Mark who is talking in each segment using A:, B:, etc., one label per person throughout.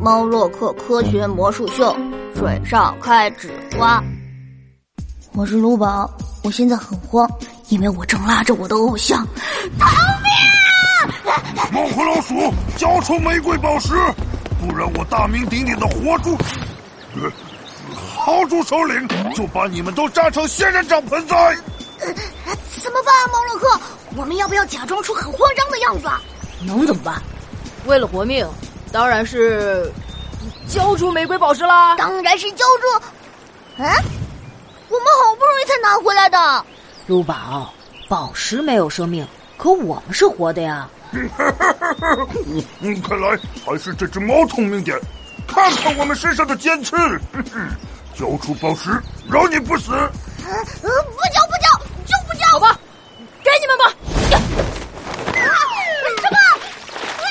A: 猫洛克科学魔术秀，水上开纸花。我是卢宝，我现在很慌，因为我正拉着我的偶像。
B: 猫和老鼠，交出玫瑰宝石，不然我大名鼎鼎的活猪，呃，豪猪首领就把你们都炸成仙人掌盆栽。
C: 呃怎么办、啊，猫洛克？我们要不要假装出很慌张的样子啊？
D: 能怎么办？
E: 为了活命，当然是交出玫瑰宝石啦！
C: 当然是交出。嗯，我们好不容易才拿回来的。
D: 卢宝，宝石没有生命，可我们是活的呀。
B: 嗯嗯，看来还是这只猫聪明点。看看我们身上的尖刺，哼哼交出宝石，饶你不死。
C: 呃呃，不交不交就不交。
E: 好吧，给你们吧。
C: 啊什么？啊！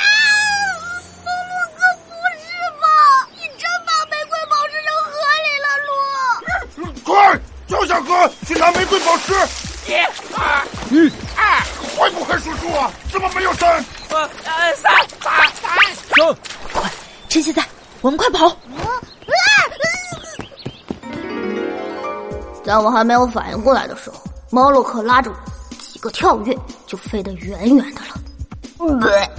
C: 猫洛克，不是吧？你真把玫瑰宝石扔河里了，鹿！
B: 嗯快跳下河去拿玫瑰宝石！一、二、一、二，会不会数数啊？怎么没有三？
F: 呃呃，三三三，
G: 走，
D: 快，趁现在，我们快跑！
A: 在我还没有反应过来的时候，猫洛克拉着我几个跳跃就飞得远远的了。
C: 嗯
A: 呃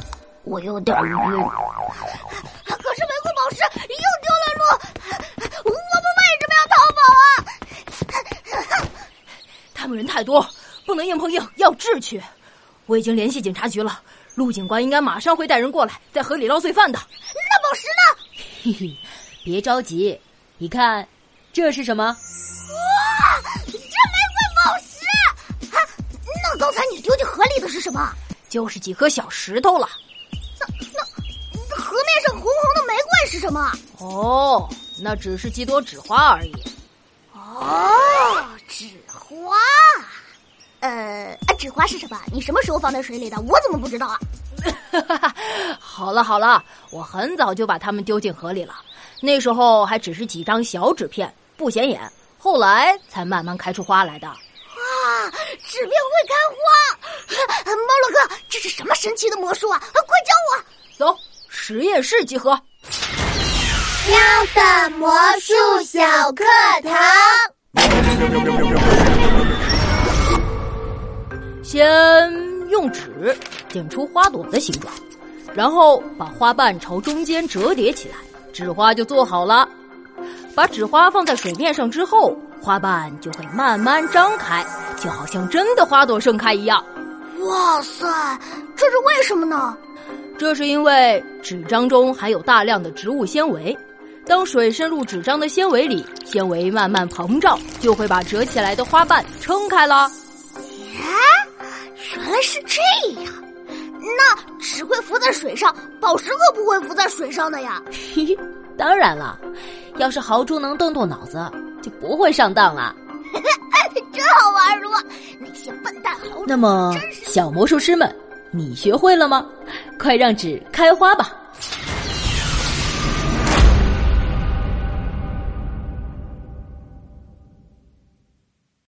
A: 我有点晕，
C: 可是玫瑰宝石又丢了路，我们为什么要逃跑啊？
E: 他们人太多，不能硬碰硬，要智取。我已经联系警察局了，陆警官应该马上会带人过来，在河里捞罪犯的。
C: 那宝石呢？
D: 嘿嘿，别着急，你看，这是什么？
C: 哇，这玫瑰宝石！啊，那刚才你丢进河里的是什么？
E: 就是几颗小石头了。
C: 那河面上红红的玫瑰是什么？
E: 哦，那只是几朵纸花而已。
C: 哦，纸花。呃，啊纸花是什么？你什么时候放在水里的？我怎么不知道啊？
E: 好了好了，我很早就把它们丢进河里了，那时候还只是几张小纸片，不显眼，后来才慢慢开出花来的。
C: 哇，纸片会开花！猫洛克，这是什么神奇的魔术啊？啊快教我！
E: 走，实验室集合。
H: 喵的魔术小课堂，
E: 先用纸剪出花朵的形状，然后把花瓣朝中间折叠起来，纸花就做好了。把纸花放在水面上之后，花瓣就会慢慢张开，就好像真的花朵盛开一样。
C: 哇塞，这是为什么呢？
E: 这是因为纸张中含有大量的植物纤维，当水深入纸张的纤维里，纤维慢慢膨胀，就会把折起来的花瓣撑开了。
C: 原来是这样。那纸会浮在水上，宝石可不会浮在水上的呀。
D: 嘿嘿， 当然了，要是豪猪能动动脑子，就不会上当啊了。
C: 真好玩，罗！那些笨蛋猴子
D: 那么，小魔术师们，你学会了吗？快让纸开花吧！